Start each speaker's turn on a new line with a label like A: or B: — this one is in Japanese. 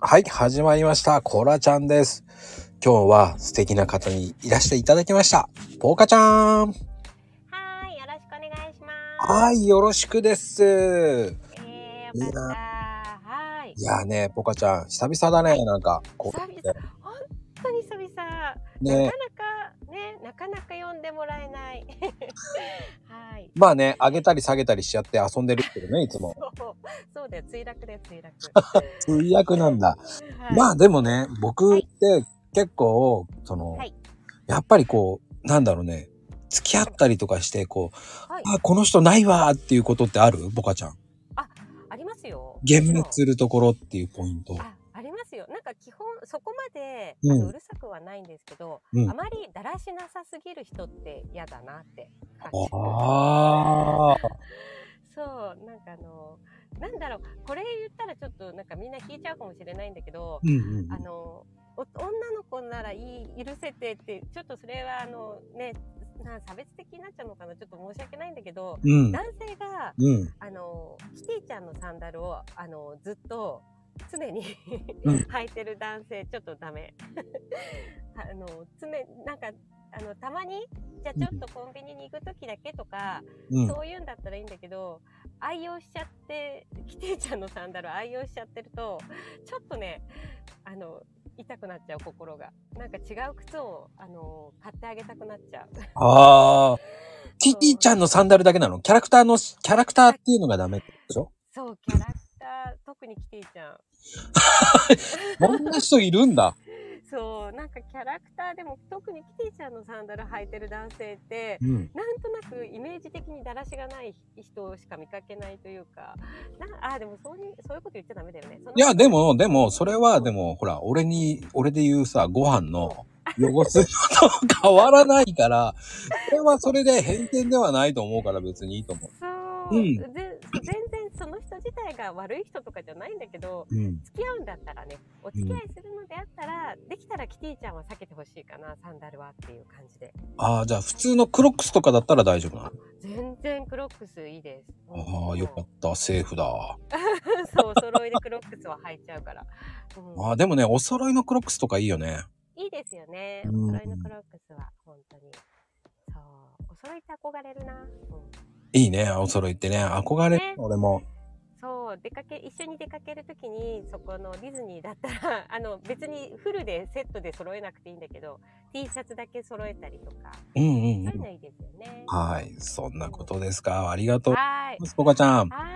A: はい、始まりました。コラちゃんです。今日は素敵な方にいらしていただきました。ポーカちゃん。。
B: はい、よろしくお願いします
A: はい、よろしくです。
B: えー、よかはい。
A: いやね、ポーカちゃん、久々だね、なんか。
B: 久々、ね、本当に久々。ね、なかなか、ね、なかなか呼んでもらえない。 はい。
A: まあね、上げたり下げたりしちゃって遊んでるけどね、いつも。
B: そうそうだよ、墜落で墜落。
A: 墜落なんだ。はい、まあでもね、僕って結構、その、はい、やっぱりこう、なんだろうね、付き合ったりとかして、こう、はい、あ、この人ないわっていうことってあるボカちゃん。
B: あ、ありますよ。
A: 幻滅するところっていうポイント。
B: ありますよ。なんか基本そこまで、うん、あのうるさくはないんですけど、うん、あまりだらしなさすぎる人って嫌だなって感じ。
A: あ
B: そうなんかあのなんだろうこれ言ったらちょっとなんかみんな聞いちゃうかもしれないんだけど、
A: うんうんうん、
B: あの女の子ならいい許せてってちょっとそれはあのねな差別的になっちゃうのかなちょっと申し訳ないんだけど、
A: うん、
B: 男性が、
A: うん、
B: あのキティちゃんのサンダルをあのずっと常に 履いてる男性ちょっとダメ あの常なんかあのたまにじゃあちょっとコンビニに行く時だけとか、うん、そういうんだったらいいんだけど愛用しちゃってキティちゃんのサンダル愛用しちゃってるとちょっとねあの痛くなっちゃう心がなんか違う靴をあの買ってあげたくなっちゃう
A: ああキティちゃんのサンダルだけなのキャラクターのキャラクターっていうのがダメってでしょ
B: そうキャラクター特にキティちゃん
A: こんな人いるんだ。
B: そう、なんかキャラクターでも特にキティちゃんのサンダル履いてる男性って、
A: うん、
B: なんとなくイメージ的にだらしがない人しか見かけないというか、なあ、でもそういうそういうこと言っちゃダメだよね。
A: いや、でも、でも、それはでも、ほら、俺に、俺で言うさ、ご飯の、汚すのと変わらないから、それはそれで偏見ではないと思うから別にいいと思う。
B: そう、うん、全然その人自体が悪い人とかじゃないんだけど、
A: うん、
B: 付き合うんだったらねお付き合いするのであったら、うん、できたらキティちゃんは避けてほしいかなサンダルはっていう感じで
A: ああじゃあ普通のクロックスとかだったら大丈夫なの
B: 全然クロックスいいです
A: ああよかったセーフだ
B: そうお揃いでクロックスは履いちゃうから、
A: うん、あでもねお揃いのクロックスとかいいよね
B: いいですよねお揃いのクロックスは本当にそうお揃いって憧れるな、うん
A: いいね、お揃いってね、憧れ、ね、俺も。
B: そう、出かけ、一緒に出かけるときに、そこのディズニーだったら、 あの、別にフルでセットで揃えなくていいんだけど、T シャツだけ揃えたりとか。
A: うんうん、うん、
B: そういうのいいですよね。
A: はい、そんなことですか。ありがとう。
B: はい。
A: ポカちゃん。
B: はい。